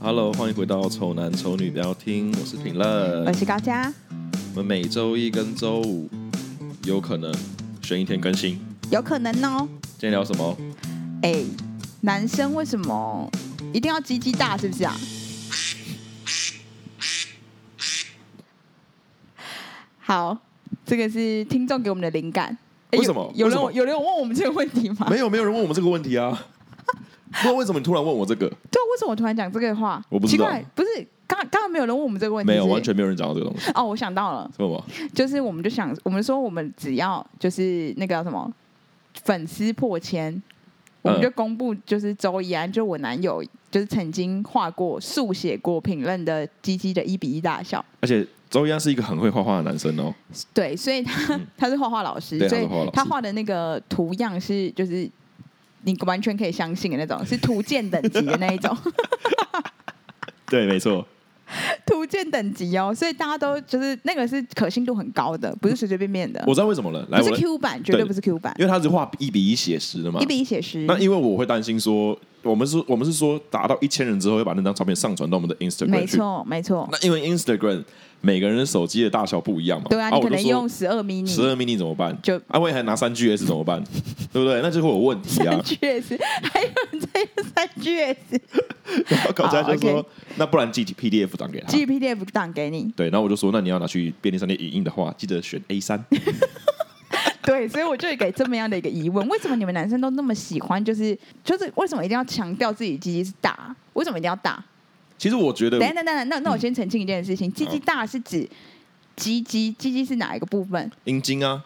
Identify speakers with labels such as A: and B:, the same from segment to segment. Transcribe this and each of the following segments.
A: Hello，欢迎回到《丑男丑女》聊天，我是评论。
B: 我是高嘉，
A: 我们每周一跟周五有可能选一天更新。
B: 有可能哦。
A: 今天聊什么？
B: 哎、男生为什么一定要鸡鸡大？是不是啊？好，这个是听众给我们的灵感。哎
A: 为什么
B: 有有
A: 为什么
B: 人有人问我们这个问题吗？
A: 没有，没有人问我们这个问题 啊。不知道为什么你突然问我这个？
B: 对，啊为什么我突然讲这个话？
A: 我不知道
B: 奇怪，不是刚刚刚没有人问我们这个问题，
A: 没有，
B: 是不是
A: 完全没有人讲到这个东西，
B: 哦，我想到了，
A: 是吗？
B: 就是我们就想，我们说我们只要就是那个叫什么粉丝破
A: 嗯
B: 千，我们就公布就是周怡安，就我男友，就是曾经画过、速写过评论的鸡鸡的一比一大小。
A: 而且周一安是一个很会画画的男生哦。
B: 对，所以他、他是画画老师
A: 嗯对，
B: 所
A: 他
B: 以
A: 是画画老师
B: 他画的那个图样是就是你完全可以相信的那种，是图鉴等级的那一种。
A: 对，没错。
B: 图鉴等级哦，所以大家都就是那个是可信度很高的，不是随随便便的，
A: 我知道为什么了。来，
B: 嗯
A: 我
B: 不是
A: 来
B: Q 版，绝
A: 对
B: 对不是 Q 版，
A: 因为他是画一比一写实的嘛
B: 一。比一写实。
A: 那因为我会担心说，我们是我们是说达到一千人之后，要把那张照片上传到我们的 Instagram
B: 没
A: 去。哦
B: 错，没错。
A: 那因为 Instagram 每个人的手机的大小不一样嘛，
B: 对啊，你可能用十二
A: 十
B: mini，
A: 二 mini 怎么办？
B: 就
A: 啊，万一还拿三 GS 怎么办？ 对不对？那就会有问题
B: 三
A: 啊。
B: GS，还有人在用三 GS，GPDF
A: 然后搞家就
B: 好
A: 说
B: ，OK，
A: 那不然寄 PDF 档给他。
B: 档给你。
A: 对，然后我就说，那你要拿去便利商店影印的话，记得选 A 三。
B: 对，所以我就给这么样的一个疑问：为什么你们男生都那么喜欢，就是就是为什么一定要强调自己鸡鸡是大？为什么一定要大？
A: 其实我觉得
B: 等一下等一下等一下，那
A: 嗯
B: 那我先澄清一件事情：鸡鸡大是指鸡鸡，鸡鸡是哪一个部分？
A: 阴茎 啊，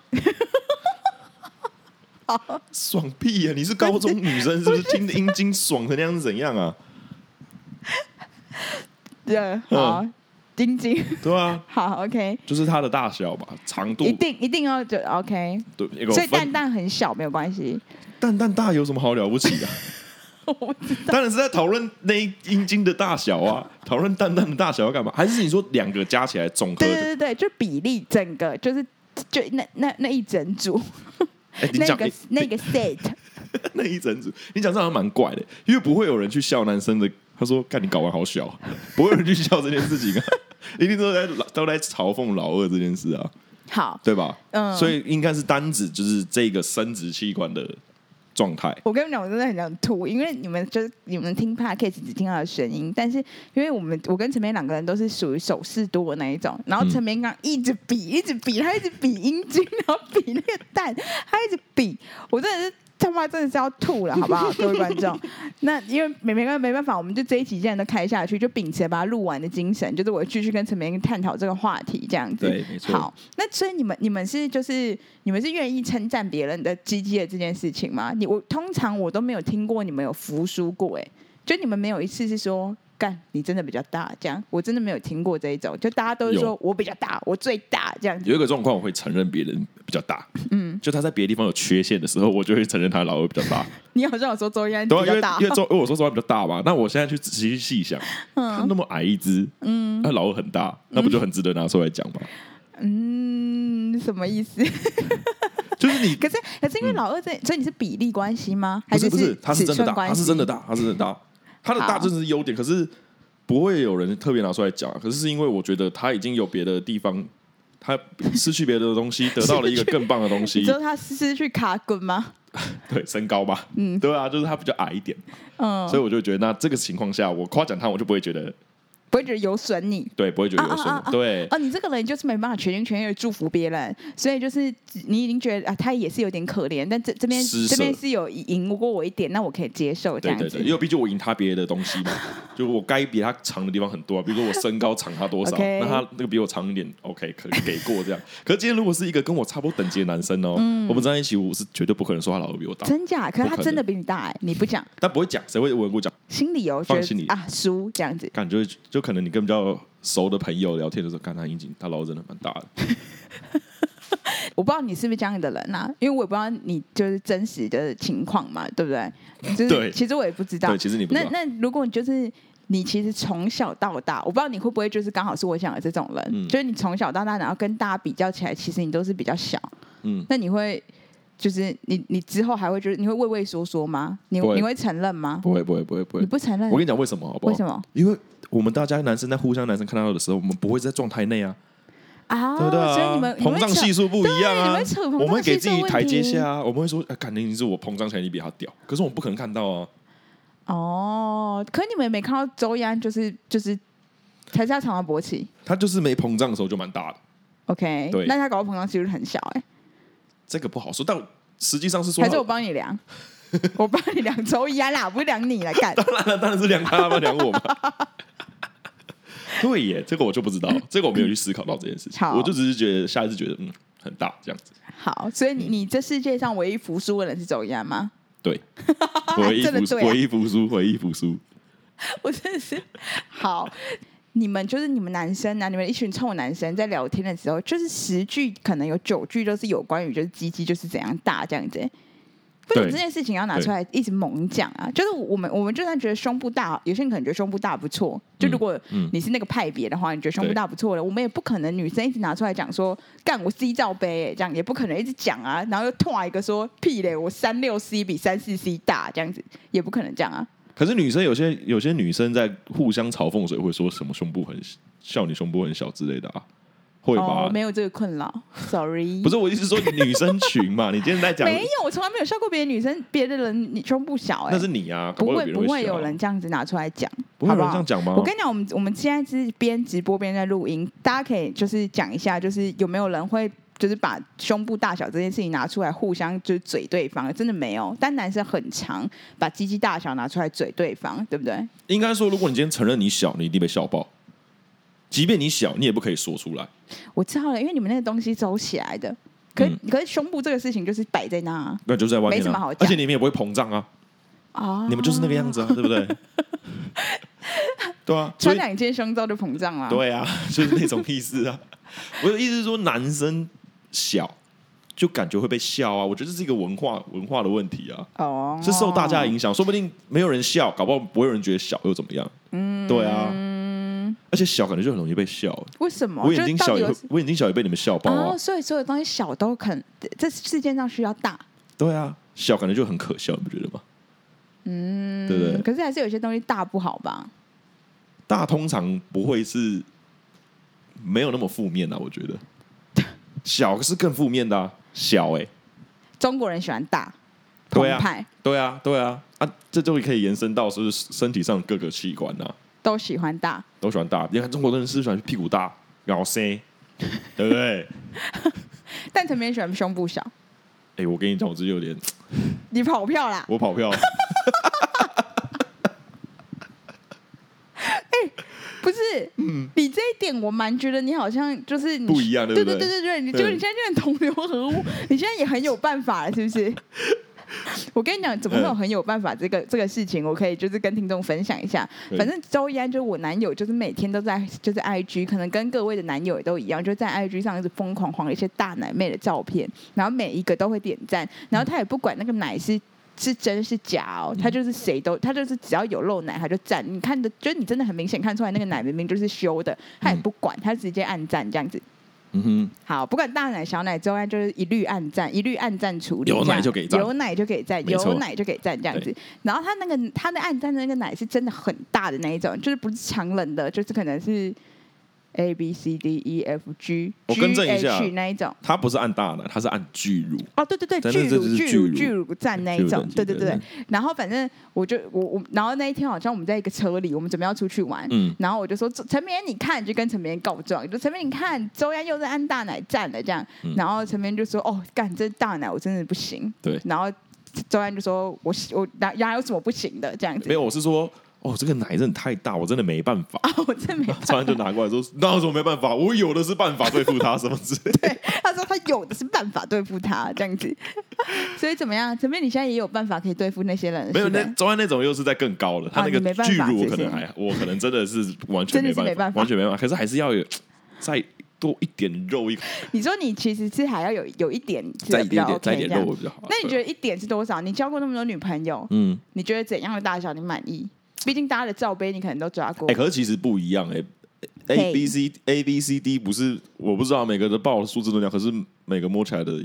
A: 爽屁啊！你是高中女生是不是？听着阴茎爽成那样是怎样啊？嗯
B: 对，好，丁丁，
A: 对啊，
B: 好，OK，
A: 就是它的大小吧，长度
B: 一定一定要就 OK，
A: 对，一个
B: 所以
A: 分
B: 蛋蛋很小没有 关系，
A: 蛋蛋大有什么好了不起啊的、当然是在讨论那一阴茎的大小 啊，讨论蛋蛋的大小要干嘛？还是你说两个加起来总和
B: 对
A: 的？
B: 对对对，就比例整个就是就那那那一整组，
A: 哎、你
B: 那
A: 讲
B: 个
A: 你
B: 那个 set，
A: 那一整组，你讲这好像蛮怪的，因为不会有人去笑男生的。他说：“看你睾丸好小，啊 不会有人去笑这件事情啊， 一定都在都在嘲讽老二这件事啊，
B: 好，
A: 对吧？
B: 嗯
A: 所以应该是单指就是这个生殖器官的状态。
B: 我跟你们讲，我真的很想吐，因为你们就是你们听 podcast 只听到的声音，但是因为我们我跟陈明两个人都是属于手势多的那一种，然
A: 嗯
B: 后陈明刚一直比一直比，他一直比阴茎，然后比那个蛋，他一直比，我真的是。他妈真的是要吐了，好不好，各位观众？那因为没没办没办法，我们就这一集既然都开下去，就秉持把它录完的精神，就是我继续跟陈明探讨这个话题，这样子。
A: 对没错
B: 好，那所以你们你们是就是你们是愿意称赞别人的鸡鸡的这件事情吗？你我通常我都没有听过你们有服输过、欸，哎，就你们没有一次是说干你真的比较大这样，我真的没有听过这一种，就大家都是说
A: 有
B: 我比较大，我最大这样子。
A: 有一个状况，我会承认别人比较大，嗯，就他在别的地方有缺陷的时候，我就会承认他老二比较大。
B: 你好像有说周一安 比
A: 对啊，因
B: 较
A: 为
B: 大
A: 因，为周因为我说实话比较大 嘛，那我现在去仔细去细想，他那么矮一只，嗯，他老二很大，那不就很值得拿出来 讲吗？
B: 嗯，什么意思？
A: 就是你
B: 可是可是因为老二这，所以你是比例关系吗？
A: 嗯不
B: 还
A: 是不
B: 是
A: 是，他是
B: 尺
A: 真的
B: 寸
A: 大，
B: 关
A: 他
B: 系
A: 是真的大，他是真的 大，他的大
B: 好
A: 真的是优点，可是不会有人特别拿出来讲啊。可是是因为我觉得他已经有别的地方，他失去别的东西，得到了一个更棒的东
B: 你
A: 西
B: 知，道他失去卡滚吗？
A: 对，身高吧，嗯，对啊，就是他比较矮一点。
B: 嗯，
A: 所以我就觉得，那这个情况下，我夸奖他，我就不会觉得
B: 不会觉得有损你。
A: 对，不会觉得有
B: 啊啊
A: 损
B: 啊，啊
A: 对，
B: 哦，你这个人就是没办法全心全意的祝福别人，所以就是你已经觉得啊，他也是有点可怜，但这这边
A: 施舍
B: 这边是有赢过我一点，那我可以接受这
A: 对
B: 样
A: 对
B: 子。
A: 对，因为毕竟我赢他别的东西 嘛，就我该比他长的地方很多啊，比如说我身高长他多少，
B: OK
A: 那他那个比我长一点，OK，可以给过这样。 可是今天如果是一个跟我差不多等级的男生哦，
B: 嗯
A: 我们站在一起，我是绝对不可能说他老二比我大，
B: 真假？可是
A: 不可
B: 他
A: 能
B: 真的比你大哎、你不讲，
A: 但不会讲，谁会我跟我讲？
B: 心里有
A: 放
B: 觉
A: 心里
B: 得啊输这样子，
A: 感觉就可能你跟比较熟的朋友聊天的时候，看他阴茎，他老二真的蛮大的，
B: 我不知道你是不是这样的人啊，因为我也不知道你就是真实的情况嘛，对不对？就是
A: 对
B: 其实我也不知道
A: 对，。其实你不知
B: 那
A: 道，
B: 那如果你就是你其实从小到大，我不知道你会不会就是刚好是我想的这种人，
A: 嗯
B: 就是你从小到大，然后跟大家比较起来，其实你都是比较小。
A: 嗯，
B: 那你会就是你你之后还会觉得你会畏畏缩缩吗？你
A: 不会
B: 你会承认吗？
A: 不会不会不会不
B: 你
A: 会。
B: 不承认
A: 我跟，你讲为什么好不好？
B: 为什么？
A: 因为我们大家男生在互相男生看到的时候，我们不会在状态内啊，
B: 啊？
A: 对不对啊？
B: 所以你们
A: 膨胀系
B: 数
A: 数不一样
B: 对你
A: 啊
B: 们扯膨胀系数的问，题
A: 我们给自己台阶下啊，我们会说，哎，肯定是我膨胀起来你比他屌，可是我们不可能看到啊。
B: 哦，可你们也没看到周央就是就是才是他常常勃起
A: 他就是没膨胀的时候就蛮大的，
B: ，OK？
A: 对
B: 那他搞到膨胀其实很小哎、
A: 这个不好说，但实际上是说
B: 还是 我帮你量，我帮你量周央啦，不是量你来干。
A: 当然了，当然是量他嘛，量我嘛。对耶，这个我就不知道，这个我没有去思考到这件事情，
B: 好
A: 我就只是觉得下一次觉得嗯很大这样子，
B: 好，所以你你这世界上唯一服输的人是周央吗？
A: 对，回忆
B: 真的
A: 复苏，
B: 对啊
A: 回忆复苏，回忆复苏，
B: 我真的是 好。你们就是你们男生啊，你们一群臭男生在聊天的时候，就是十句可能有九句都是有关于就是鸡鸡就是怎样大这样子欸、为什么
A: 对
B: 这件事情要拿出来一直猛讲啊？就是我们我们就算觉得胸部大，有些人可能觉得胸部大不错，就如果
A: 嗯
B: 你是那个派别的话，你觉得胸部
A: 对
B: 大不错了，我们也不可能女生一直拿出来讲说干我 C 罩杯、欸、这样，也不可能一直讲啊，然后又拓一个说屁嘞，我三六 C 比三四 C 大这样子，也不可能这样啊。
A: 可是女生有些有些女生在互相嘲讽的时候会说什么胸部很笑你胸部很小之类的啊，会吧？
B: 哦，没有这个困扰，sorry。
A: 不是我意思是说女生群嘛，你今天在讲，
B: 没有，我从来没有笑过别的女生，别的人你胸部小哎、
A: 那是你啊，搞
B: 不
A: 好
B: 会
A: 有别
B: 不
A: 人
B: 会
A: 笑啊哦
B: 有人这样子拿出来讲，
A: 不会
B: 好
A: 有
B: 不
A: 人
B: 好？
A: 这样讲吗？
B: 我跟你讲，我们我们现在是边直播边在录音，大家可以就是讲一下，就是有没有人会就是把胸部大小这件事情拿出来互相就是嘴对方，真的没有。但男生很常把鸡鸡大小拿出来嘴对方，对不对？
A: 应该说，如果你今天承认你小，你一定被笑爆。即便你小，你也不可以说出来。
B: 我知道了，因为你们那个东西走起来的，可、
A: 嗯
B: 可是胸部这个事情就是摆在那啊。
A: 那就是在外面、啊，
B: 没什么好
A: 而
B: 讲
A: 且你们也不会膨胀啊，
B: 啊
A: 你们就是那个样子啊，对不对？ 对啊，所
B: 穿
A: 以
B: 两件胸罩就膨胀了。
A: 对啊，就是那种意思啊。我的意思是说，男生小就感觉会被笑啊，我觉得这是一个文化文化的问题啊，
B: 哦，
A: 是受大家的影响，说不定没有人笑，搞不好不会有人觉得小又怎么样？嗯，对啊，而且小感觉就很容易被笑、
B: 为什么？
A: 我眼睛
B: 就是到
A: 小
B: 底
A: 也
B: 有
A: 会，我眼睛小也被你们笑爆啊
B: 哦，所以所有东西小都肯，这世界上需要大，
A: 对啊，小感觉就很可笑，你不觉得吗？嗯，对不对？
B: 可是还是有些东西大不好吧？
A: 大通常不会是没有那么负面啊，我觉得小是更负面的、啊，小哎、
B: 中国人喜欢大，澎
A: 对啊
B: 湃
A: 对啊，对啊，啊，这就可以延伸到是身体上各个器官啊，
B: 都喜欢大，
A: 都喜欢大。你看中国人是喜欢屁股大、腰塞，对不对？
B: 但陈明喜欢胸部小。
A: 哎，我跟你讲，我这有点
B: 你跑票啦！
A: 我跑票，
B: 不是，你这一点我蛮觉得你好像就是你
A: 嗯不一样对
B: 对
A: 不
B: 对
A: 对
B: 对对对，你就是
A: 对
B: 你现在就很同流合污， 你现在也很有办法了，是不是？ 我跟你讲，怎么会有
A: 嗯
B: 很有办法这个这个事情？我可以就是跟听众分享一下。
A: 对
B: 反正周一安就是我男友，就是每天都在就是 IG，可能跟各位的男友也都一样，就在 IG 上一直疯狂晃一些大奶妹的照片，然后每一个都会点赞，然后他也不管那个奶是。是真是
A: 嗯
B: 假哦，他就是谁都，他就是只要有露奶他就赞，你看的，就是你真的很明显看出来那个奶明明就是修的，他也不管，他直接按赞这样子。
A: 嗯哼，
B: 好，不管大奶小奶之外，就是一律按赞，一律按赞处理。
A: 有
B: 这样
A: 奶就给赞
B: 有奶就给赞，
A: 没错
B: 有奶就给赞这样子
A: 对。
B: 然后他那个他的按赞的那个奶是真的很大的那一种，就是不是常人的，就是可能是 A B C D E F G，
A: 我更正一下
B: G H 那一种。
A: 他不是按大的，他是按巨乳。
B: 哦，对对对，
A: 但
B: 巨
A: 是这
B: 乳
A: 就是
B: 巨乳
A: 巨
B: 巨
A: 乳
B: 乳赞那
A: 巨
B: 一
A: 乳
B: 种
A: 等，级
B: 对对
A: 的
B: 对
A: 嗯。
B: 然后反正我就我我，然后那一天好像我们在一个车里，我们准备要出去玩，
A: 嗯
B: 然后我就说陈明，你看，就跟陈明告状，就陈明，你看周安又在按大奶站了这样，
A: 嗯
B: 然后陈明就说哦，干这大奶我真的不行，
A: 对
B: 然后周安就说哦我我哪哪有什么不行的这样 子，
A: 没有，我是说，哦，这个奶真的太大，我真的没办法。
B: 啊，我真没办法
A: 突然就拿过来说，那有什么没办法？我有的是办法对付他，什么之类的。
B: 他说他有的是办法对付他这样子，所以怎么样？陈明，你现在也有办法可以对付那些人，
A: 没有
B: 是
A: 那
B: 的
A: 中安那种又是在更高了，他那
B: 啊你没
A: 个
B: 办
A: 巨
B: 法
A: 乳我
B: 是不
A: 可
B: 是
A: 能还，我可能真的是完全
B: 真的
A: 没
B: 是
A: 办
B: 没办法
A: 完全没办法。可是还是要有再多一点肉，一
B: 你说你其实是还要有有一点，
A: 再一点
B: 比较
A: 点，再一点
B: OK 这样
A: 肉会比较好。
B: 那你觉得一点是多少？你交过那么多女朋友，
A: 嗯，
B: 你觉得怎样的大小你满意？毕竟大家的罩杯你可能都抓过
A: 哎，，可是其实不一样哎。
B: 嘿
A: A B C A B C D 不是我不知道每个的报的数字都一样，可是每个摸起来的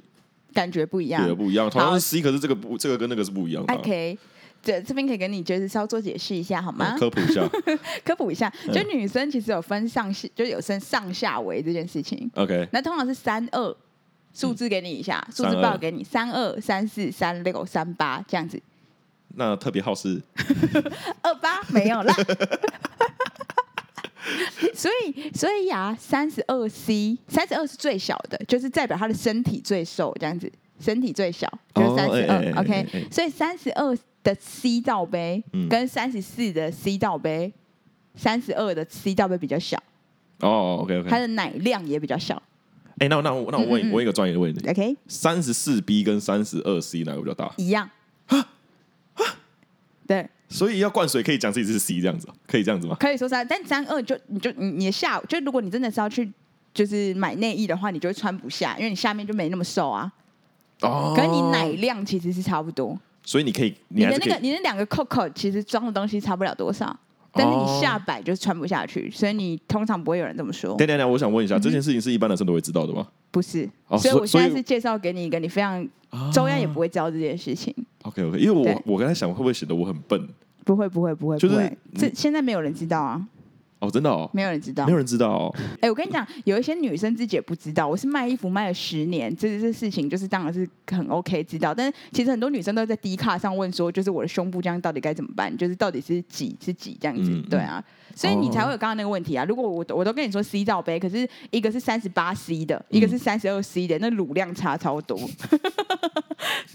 B: 感觉不一样
A: 对，。不一样。同样是 C，可是这个不，这个跟那个是不一样的啊。
B: OK，这这边可以跟你就是稍作解释一下好吗
A: 嗯？科普一下
B: 科普一下，就女生其实有分上下，就是有分上下围这件事情。
A: ，OK，
B: 那通常是三二数字给你一下，数字
A: 32
B: 报给你三二、三四、三六、三八这样子，
A: 那特别号是
B: 二八没有啦。 所以，所以呀、三十二 C，三十二是最小的，就是代表她的身体最瘦，这样子，身体最小就是
A: 哦
B: 三十
A: 哎哎哎
B: 二。OK，
A: 哎哎
B: 所以三十二的 C 罩杯、
A: 嗯
B: 跟三十四的 C 罩杯，三十二的 C 罩杯比较小，
A: 哦，OK
B: 它
A: OK。
B: 的奶量也比较小。
A: 哎，那我那我那我问
B: 嗯嗯
A: 你，
B: 嗯
A: 我问一个专业的问题：
B: OK，
A: 三十四 B 跟三十二 C 哪个比较大？
B: 一样。
A: 啊
B: 对，
A: 所以要灌水可以讲自己是 C 这样子哦，可以这样子吗？
B: 可以说三，但三二就你就你你的下，就如果你真的是要去就是买内衣的话，你就会穿不下，因为你下面就没那么瘦啊。
A: 哦
B: 可是你奶，量其实是差不多，
A: 所以你可以，
B: 你
A: 你还
B: 的
A: 是
B: 那
A: 可
B: 个
A: 以。
B: 你的两个扣扣其实装的东西差不了多少，但是你下摆就穿不下
A: 哦
B: 去，所以你通常不会有人这么说，
A: 等等等，我想问一
B: 嗯
A: 下，这件事情是一般男生都会知道的吗？
B: 不是。
A: 哦
B: 所以
A: 所
B: 我
A: 所
B: 现
A: 以
B: 在是介绍给你一个你非常周央也不会教这件事情，
A: OK OK，因为我
B: 对
A: 我跟他想会不会显得我很笨？
B: 不会不会不会，
A: 就是
B: 不会
A: 你
B: 这现在没有人知道啊，
A: 哦，真的哦，
B: 没有人知道
A: 没，有人知道哦。
B: 哎、我跟你讲，有一些女生自己也不知道，我是卖衣服卖了十年，这这事情就是当然是很 OK 知道，但是其实很多女生都在 D 卡上问说，就是我的胸部这样到底该怎么办？就是到底是几是几这样子？
A: 嗯嗯
B: 对啊，所以你
A: 哦
B: 才会有刚刚那个问题啊。如果我我都跟你说 C 罩杯，可是一个是三十八 C 的，一个
A: 嗯
B: 是三十二 C 的，那乳量差超多。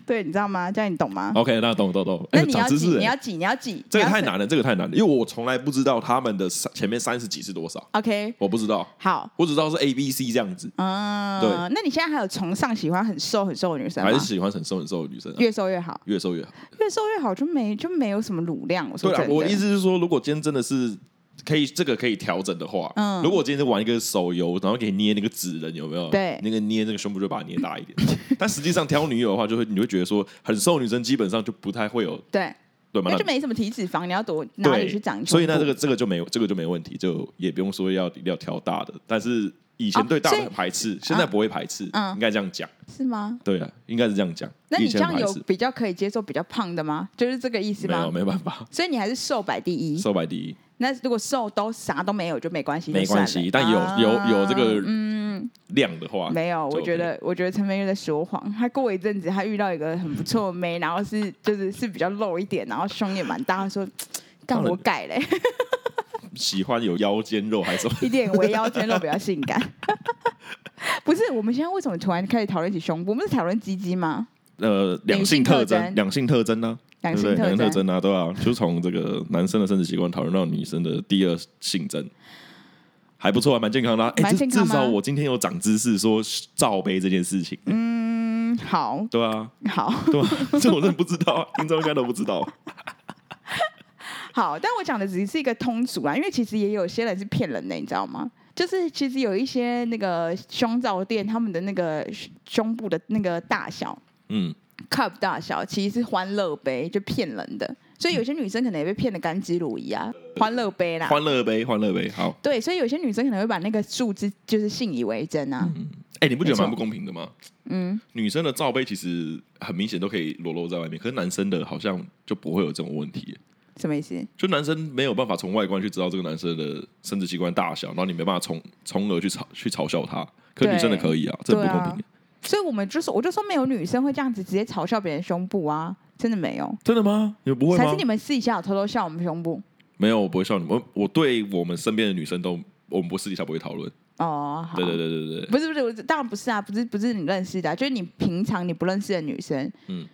B: 对，你知道吗？这样你懂吗？
A: OK，那哦懂懂懂。
B: 啊那
A: 哎
B: 你
A: 长
B: 要
A: 知
B: 挤，
A: 识
B: 你
A: 哎
B: 要挤，你要挤，
A: 这个
B: 你要
A: 太难了，这个太难了，因为我从来不知道他们的三前面三十几是多少，
B: OK，
A: 我不知道，
B: 好。
A: 我只知道是 A B C 这样子，
B: 嗯，
A: 对
B: 那你现在还有崇尚喜欢很瘦很瘦的女生吗？
A: 还是喜欢很瘦很瘦的女生啊，
B: 啊越瘦越好，
A: 越瘦越好。
B: 越瘦越好就没就没有什么乳量。我说
A: 对啊
B: 真，的，
A: 我的意思是说，如果今天真的是可以这个可以调整的话，
B: 嗯
A: 如果我今天是玩一个手游，然后给你捏那个指人，有没有？
B: 对
A: 那个捏那个胸部就把它捏大一 点。但实际上挑女友的话，就会你会觉得说，很瘦的女生基本上就不太会有
B: 对，
A: 对吗？
B: 那
A: 那
B: 就没什么体脂肪，你要躲哪里去长
A: 对，所以呢，
B: 胸
A: 这
B: 部
A: 个这个就没有这个就没问题，就也不用说要要挑大的。但是以前对大的
B: 哦所以
A: 很排斥，现在不会排斥，
B: 嗯
A: 应该这样讲。
B: 是吗？
A: 对啊，应该是这样讲。
B: 那
A: 以
B: 你这
A: 前
B: 样
A: 排
B: 有
A: 斥，
B: 比较可以接受比较胖的吗？就是这个意思
A: 没有
B: 吗？嗯
A: 没办法，
B: 所以你还是瘦摆第一。
A: 瘦白第一。
B: 那如果瘦都啥都没有就没关系，
A: 嗯没
B: 就算了
A: 关系，但有有有这个
B: 嗯，
A: 量的话，
B: 没有。
A: 就
B: 我
A: OK
B: 觉得我觉得陈美又在说谎。她过一阵子，她遇到一个很不错的妹，然后是就是是比较露一点，然后胸也蛮大，她说。干
A: 当然
B: 我改嘞，
A: 喜欢有腰间肉还是什么？
B: 一点围腰间肉比较性感。 不是，我们现在为什么突然开始讨论起胸部？我们是讨论鸡鸡吗？
A: 呃，两性特征，两性特征呢、对
B: 两
A: 不
B: 性
A: 对？两性特
B: 征。
A: 征啊，对吧、就从这个男生的生殖器官讨论到女生的第二性征，还不错，还蛮健康的、啊。哎、
B: 蛮
A: 这
B: 健康
A: 至
B: 吗
A: 少我今天有长知识，说罩杯这件事情，
B: 嗯，好
A: 对啊，
B: 好
A: 对啊， 这我真的不知道啊，听众应该都不知道。
B: 好，但我讲的只是一个通俗啊，因为其实也有些人是骗人的，你知道吗？就是其实有一些那个胸罩店，他们的那个胸部的那个大小
A: 嗯，
B: cup 大小其实是欢乐杯，就骗人的。所以有些女生可能也被骗的甘之如饴啊，欢乐杯啦。
A: 欢乐杯，欢乐杯，好。
B: 对，所以有些女生可能会把那个数字就是信以为真啊。
A: 哎、你不觉
B: 没
A: 得
B: 错
A: 蛮不公平的吗？
B: 嗯，
A: 女生的罩杯其实很明显都可以裸露在外面，可是男生的好像就不会有这种问题。
B: 什么意思？
A: 就男生没有办法从外观去知道这个男生的生殖器官大小，然后你没办法从从而去嘲去嘲笑他。可
B: 对
A: 女生的可以啊，这很不公平、
B: 对所以我们就说，我就说没有女生会这样子直接嘲笑别人胸部啊，真的没有。
A: 真的吗？你们不会
B: 还
A: 吗
B: 是你？们私底下有偷偷笑我们胸部？
A: 没有，我不会笑你们。我我对我们身边的女生都，我们不私底下不会讨论。
B: 哦，好，
A: 对对对对对，
B: 不是不是，我当然不是啊，不是不是你认识的啊、就是你平常你不认识的女生，
A: 嗯，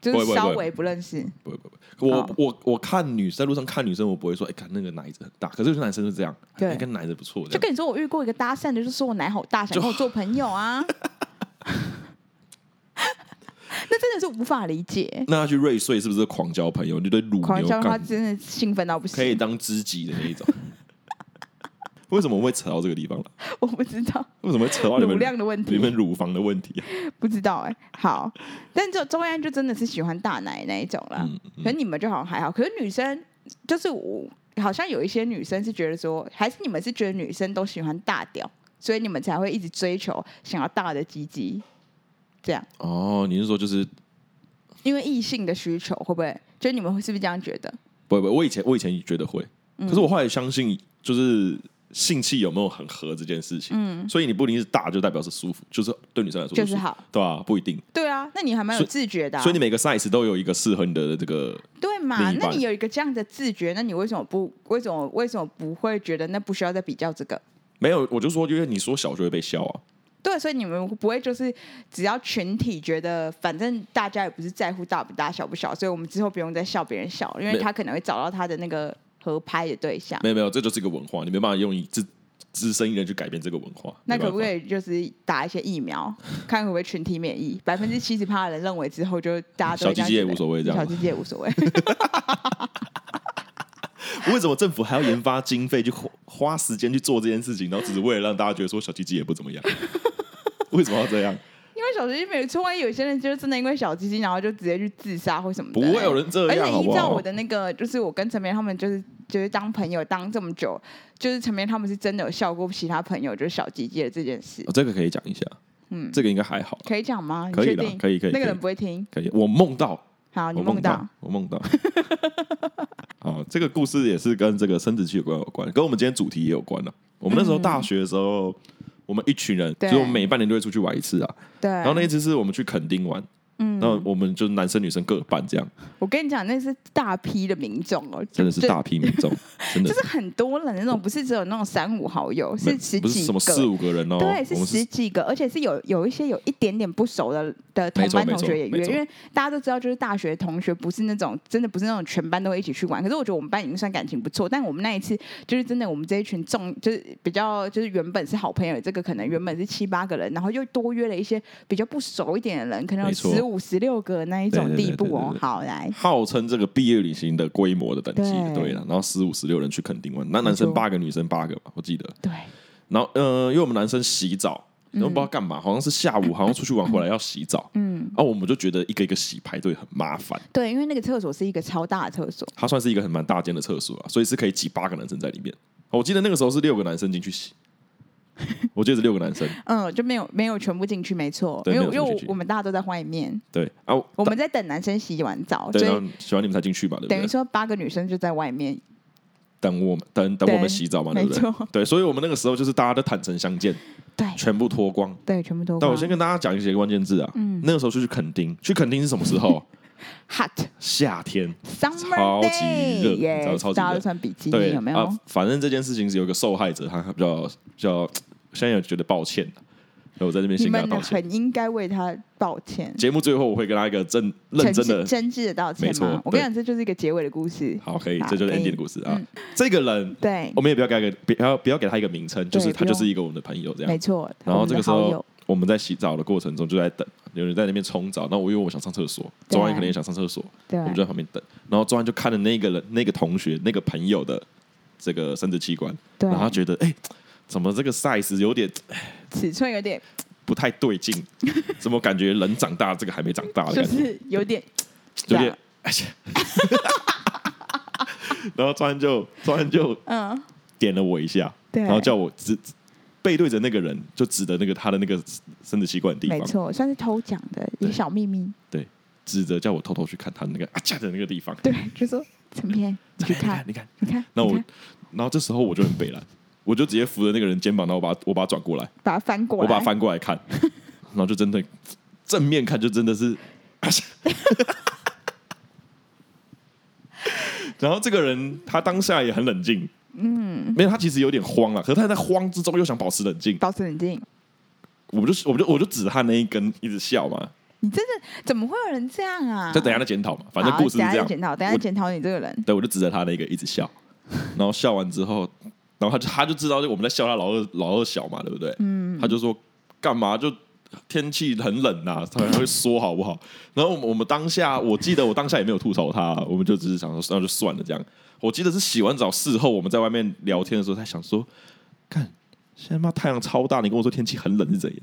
B: 就
A: 不会不会
B: 是稍
A: 不会
B: 微不认识，
A: 不会不会。我、
B: 哦
A: 我我看女在路上看女生，我不会说，哎、看那个奶子很大。可是有些男生是这样，
B: 对
A: 哎跟奶子不错，这
B: 就
A: 样
B: 跟你说我遇过一个搭讪的，就说我奶好大，想跟我做朋 友啊，那真的是无法理解。
A: 那他去瑞穗是不是狂交朋友？你对乳
B: 狂
A: 牛
B: 笑他
A: 干
B: 真的兴奋到不
A: 可以
B: 行，
A: 当知己的那 一种？为什么我会扯到这个地方了？
B: 我不知道
A: 为什么会扯到你
B: 乳
A: 们
B: 量的问
A: 你
B: 题，
A: 们乳房的问题、啊？
B: 不知道哎、好，但就周安就真的是喜欢大奶那一种啦。
A: 嗯
B: 可是你们就好像还好，可是女生就是我，好像有一些女生是觉得说，还是你们是觉得女生都喜欢大屌，所以你们才会一直追求想要大的鸡鸡。这样，
A: 哦，你是说就是
B: 因为异性的需求会不会？就你们会是不是这样觉得？
A: 不不，我以前我以前觉得会，
B: 嗯
A: 可是我后来相信就是性气有没有很合这件事情，嗯，所以你不一定是大就代表是舒服，就是对女生来说
B: 就是
A: 舒服
B: 好，
A: 对啊，不一定，
B: 对啊，那你还蛮有
A: 所以
B: 自觉的、啊
A: 所以你每个 size 都有一个适合你的这个，
B: 对嘛？
A: 另一
B: 那
A: 半
B: 你有一个这样的自觉，那你为什么不为什么为什么不会觉得那不需要再比较这个？
A: 没有，我就说因为你说小就会被笑啊，
B: 对，所以你们不会就是只要群体觉得反正大家也不是在乎大不大小不小，所以我们之后不用再笑别人笑，因
A: 没
B: 为
A: 有
B: 他可能会找到他的那个合拍的对象。
A: 没有没有，这就是一个文化，你没办法用一自资深一人去改变这个文化，
B: 那
A: 没办
B: 可
A: 法
B: 不可？以就是打一些疫苗，看会不会群体免疫？百分之七十趴的人认为之后就大家
A: 小
B: 都
A: 鸡鸡也无所谓这样
B: 这
A: 吗
B: 样觉得，小鸡鸡也无所谓。
A: 为什么政府还要研发经费去花花时间去做这件事情，然后只是为了让大家觉得说小鸡鸡也不怎么样？ 为什么要这样？
B: 因为小鸡鸡没错，万一有些人就是真的因为小鸡鸡，然后就直接去自杀或什么的。
A: 不会有人这
B: 而且
A: 样，好
B: 哎依
A: 不
B: 照
A: 好？
B: 我的那个，就是我跟陈明他们就是就是当朋友当这么久，就是陈明他们是真的有笑过其他朋友就是小鸡鸡的这件事
A: 哦，，这个可以讲一下，
B: 嗯
A: 这个应该还好啦，
B: 可以讲吗？你
A: 可以
B: 确
A: 啦
B: 定？
A: 可以可以
B: 那
A: 可
B: 个
A: 以
B: 人不会听。
A: 可以。我梦到，
B: 好，你
A: 我
B: 梦
A: 到
B: 到，
A: 我梦到。 好，这个故事也是跟这个生殖器有关有关，跟我们今天主题也有关了、啊我们那时候大学的时候，我们一群人，就
B: 对
A: 是我们每半年都会出去玩一次啊。
B: 嗯对。
A: 然后那一次是我们去垦丁玩，嗯，然后我们就男生女生各半这样，
B: 我跟你讲，那是大批的民众哦，
A: 真的是
B: 就
A: 大批民 众，真的
B: 就是很多人的那种，不是只有那种三五好友，
A: 没
B: 是十
A: 不是
B: 几
A: 什么
B: 个，
A: 四五个人哦，
B: 对，
A: 我
B: 是
A: 们
B: 十
A: 是
B: 几个，而且是有有一些有一点点不熟的的同
A: 没错
B: 班
A: 没
B: 同
A: 错
B: 学也
A: 没
B: 约，
A: 错
B: 因为大家都知道，就是大学同学不是那种真的不是那种全班都会一起去玩。可是我觉得我们班已经算感情不错，但我们那一次就是真的，我们这一群重就是比较就是原本是好朋友，这个可能原本是七八个人，然后又多约了一些比较不熟一点的人，可能有
A: 没错
B: 十五十六个那一种
A: 对对
B: 地
A: 对
B: 步
A: 对
B: 哦
A: 对。对
B: 好来，
A: 号称这个毕业旅行的规模的等级，
B: 对
A: 对了，然后十五十六人去垦丁玩，那男生
B: 没错
A: 八个，女生八个吧，我记得。
B: 对，
A: 然后呃，因为我们男生洗澡，
B: 嗯
A: 然后不知道干嘛，好像是下午，好像出去玩回来要洗澡，嗯，然后我们就觉得一个一个洗排队很麻烦，
B: 对，因为那个厕所是一个超大的厕所，
A: 它算是一个很蛮大间的厕所啊，所以是可以挤八个男生在里面。我记得那个时候是六个男生进去洗，我记得是六个男生，
B: 嗯，就没有没有全部进去，没错，因
A: 对
B: 为
A: 没有全
B: 因
A: 部进
B: 为
A: 去
B: 我们大家都在外面。
A: 对啊，
B: 我们在等男生洗完澡，
A: 对，
B: 所
A: 然
B: 以
A: 后喜欢你们才进去嘛，对不
B: 等于
A: 对？
B: 说八个女生就在外面，
A: 等我们等等我们
B: 对
A: 洗澡嘛，对
B: 没
A: 不对？
B: 错，
A: 对，所以我们那个时候就是大家都坦诚相见，
B: 对
A: 全部脱光。
B: 对，全部都光。
A: 但我先跟大家讲一些关键字啊，
B: 嗯
A: 那个时候就去垦丁，去垦丁是什么时候？
B: hot
A: 夏天。
B: summer
A: 超级
B: day，
A: 热
B: 耶
A: 超级热
B: 大家都穿比基
A: 对，
B: 尼，有没有？
A: 啊？反正这件事情是有一个受害者，他比较比较，现在有觉得抱歉的，所以我在这边
B: 你
A: 先跟他
B: 们
A: 道歉。
B: 很应该为他抱歉，
A: 节目最后我会跟他一个真认真的
B: 诚挚，真挚的道歉
A: 没错
B: 吗？我跟你讲，这就是一个结尾的故事。
A: 好，可以
B: 好，
A: 这就是
B: 可以嗯
A: Andy 的故事啊。这个人，
B: 对
A: 我，们也不要给他一个，不要不要给他一个名称，就是
B: 对
A: 他
B: 不用
A: 就是一个我们的朋友这
B: 没
A: 样。
B: 错。
A: 啊然后这个时
B: 我们的好
A: 候
B: 友，
A: 我们在洗澡的过程中就在等，有人在那边冲澡，那我因为我想上厕所，
B: 对
A: 周安可能也想上厕所，我们就
B: 对
A: 在旁边等。然后周安就看了那个人、那个同学、那个朋友的这个生殖器官，
B: 对
A: 然，后他觉得哎、怎么这个 size 有点
B: 尺寸有点，
A: 不太对 劲，怎么感觉人长大这个还没长大的
B: 就
A: 感觉，
B: 是有点，
A: 有
B: 这
A: 点
B: 样。
A: 哎呀哎然后突然就突然就
B: 嗯，
A: 点了我一下，
B: 对
A: 然后叫我指指背对着那个人，就指的那个他的那个生殖器官的地
B: 没
A: 方，
B: 错，算是偷讲的一个
A: 对
B: 小秘密。
A: 指着叫我偷偷去看他那个啊架的那个地方。
B: 对，就说陈 片，你去
A: 你看
B: 看，
A: 你看，
B: 你看，
A: 那
B: 你
A: 我
B: 看
A: 然后这时候我就很北蓝，我就直接扶着那个人肩膀，然后我把他我把他转过来，
B: 把它翻过
A: 我
B: 来，
A: 把它翻过来 看，然后就真的正面看，就真的是。 然后这个人他当下也很冷静，嗯，没有，他其实有点慌了，可是他在慌之中又想保持冷静，
B: 保持冷静。
A: 我们就我们就我就指着他那一根一直笑嘛，
B: 你真的怎么会有人这样啊？
A: 就等一下再检讨嘛，反正故事是
B: 好等一
A: 这样
B: 下再，检讨，等一下
A: 我
B: 检讨你这个人。
A: 对，我就指着他那个一直笑，然后笑完之后，然后他就他就知道我们在笑他老二老二小嘛，对不对？嗯，他就说干嘛就天气很冷呐、他还会缩好不好？然后我们我们当下，我记得我当下也没有吐槽他，我们就只是想说，那就算了这样。我记得是洗完澡事后，我们在外面聊天的时候，才想说，看现在妈太阳超大，你跟我说天气很冷是怎样？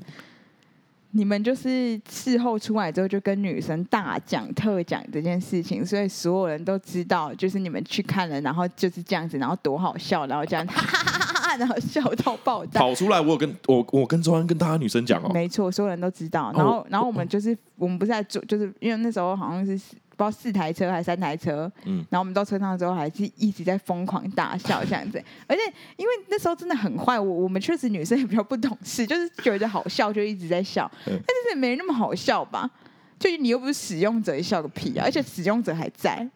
B: 你们就是事后出来之后就跟女生大讲特讲这件事情，所以所有人都知道，就是你们去看了，然后就是这样子，然后多好笑，然后这样，哈哈哈哈哈按啊，笑到爆炸。
A: 跑出来，我有跟我我跟周安跟大家女生讲哦，
B: 没错，所有人都知道。然后，然后我们就是我们不是在坐，就是因为那时候好像是四不知道四台车还是三台车，
A: 嗯
B: 然后我们到车上之后还是一直在疯狂大笑这样子。 而且因为那时候真的很坏，我我们确实女生也比较不懂事， 就是觉得好笑就一直在笑，
A: 嗯
B: 但是没那么好笑吧？就你又不是使用者，笑个
A: 嗯
B: 屁啊！而且使用者还在，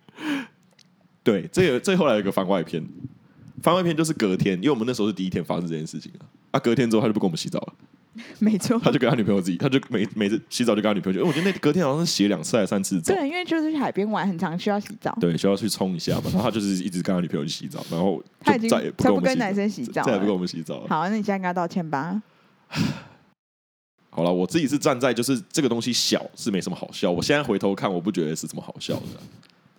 A: 对，这有这后来有一个番外篇，番外篇就是隔天，因为我们那时候是第一天发生这件事情啊，啊，隔天之后他就不跟我们洗澡了，
B: 没 错。
A: 他就跟他女朋友自己，他就每每次洗澡就跟他女朋友去，因为我觉得那隔天好像是洗了两次还是三次澡，
B: 对，因为就是去海边玩，很常需要洗澡。
A: 对，需要去冲一下嘛，然后他就是一直跟他女朋友去洗澡，然后
B: 他已
A: 就
B: 经
A: 再也不
B: 他
A: 跟
B: 不
A: 我们
B: 跟
A: 洗
B: 男生洗澡
A: 再也不跟
B: 了。
A: 我们洗澡了。
B: 好，那你现在跟他道歉吧。
A: 好了，我自己是站在就是这个东西小是没什么好笑，我现在回头看，我不觉得是什么好笑的。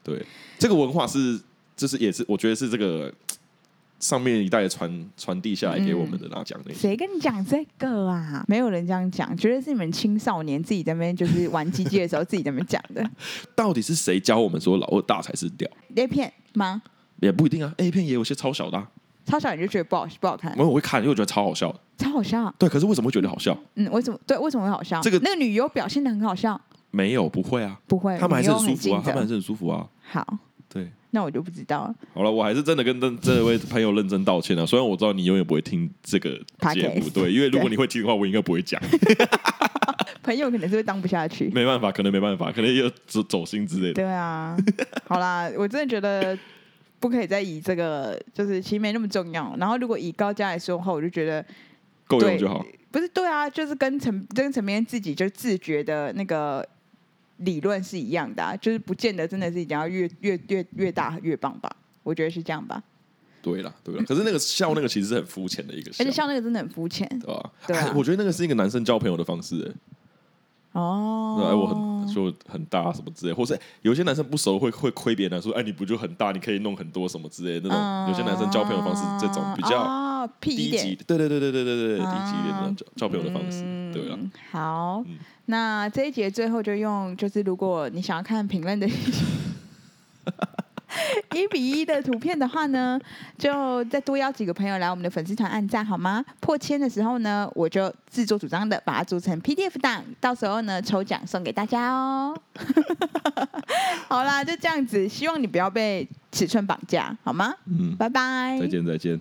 A: 对，这个文化是就是也是我觉得是这个上面一代传传递下来给我们
B: 嗯
A: 的大奖的。
B: 谁跟你讲这个啊？没有人这样讲，绝对是你们青少年自己在那边就是玩鸡鸡的时候自己在那边讲 的。
A: 到底是谁教我们说老二大才是屌？
B: 那片吗？
A: 也不一定啊，A 片也有些超小的、啊，
B: 超小你就觉得不好不好看
A: 没，有我会看，因为我觉得超好笑的。
B: 超好笑。
A: 对，可是为什么会觉得好笑？
B: 嗯，为什么？对，为什么会好笑？
A: 这个
B: 那个女优表现的很好笑，
A: 没有，不会啊，
B: 不会，
A: 他们还是
B: 女优
A: 很舒服啊，
B: 尽责
A: 他们还是很舒服啊。
B: 好，
A: 对，
B: 那我就不知道了。
A: 好了，我还是真的跟这这位朋友认真道歉啊。虽然我知道你永远不会听这个节目，
B: Podcast
A: 对，因为如果你会听的话，我应该不会讲。
B: 朋友可能是会当不下去。
A: 没办法，可能没办法，可能有走走心之类的。
B: 对啊，好啦，我真的觉得不可以再以这个，就是其实没那么重要。然后如果以高价来说的话，我就觉得
A: 够用
B: 对
A: 就好。
B: 不是对啊，就是跟陈跟陈明自己就自觉的那个理论是一样的、啊，就是不见得真的是一定要越越越越大越棒吧。我觉得是这样吧，
A: 对啦，对啦。可是那个笑，那个其实是很肤浅的一个笑，
B: 而且像那个真的很肤浅
A: 对吧？
B: 对啊
A: 哎我觉得那个是一个男生交朋友的方式、哎
B: 哦
A: 对。哎，我很就很大什么之类，或是哎有些男生不熟会会亏别人说，哎，你不就很大，你可以弄很多什么之类的那种。有些男生交朋友方式这种比较
B: 哦、屁
A: 低
B: 一
A: 级
B: 点。
A: 的，对对对对对对对，低级一点的
B: 啊
A: 交交朋友的方式，对啊。
B: 嗯，好，
A: 嗯
B: 那这一节最后就用，就是如果你想要看评论的一比一的图片的话呢，就再多邀几个朋友来我们的粉丝团按赞好吗？破千的时候呢，我就自作主张的把它做成 PDF 档，到时候呢抽奖送给大家哦。 好啦，就这样子，希望你不要被尺寸绑架，好吗？
A: 嗯，
B: 拜拜，
A: 再见再见。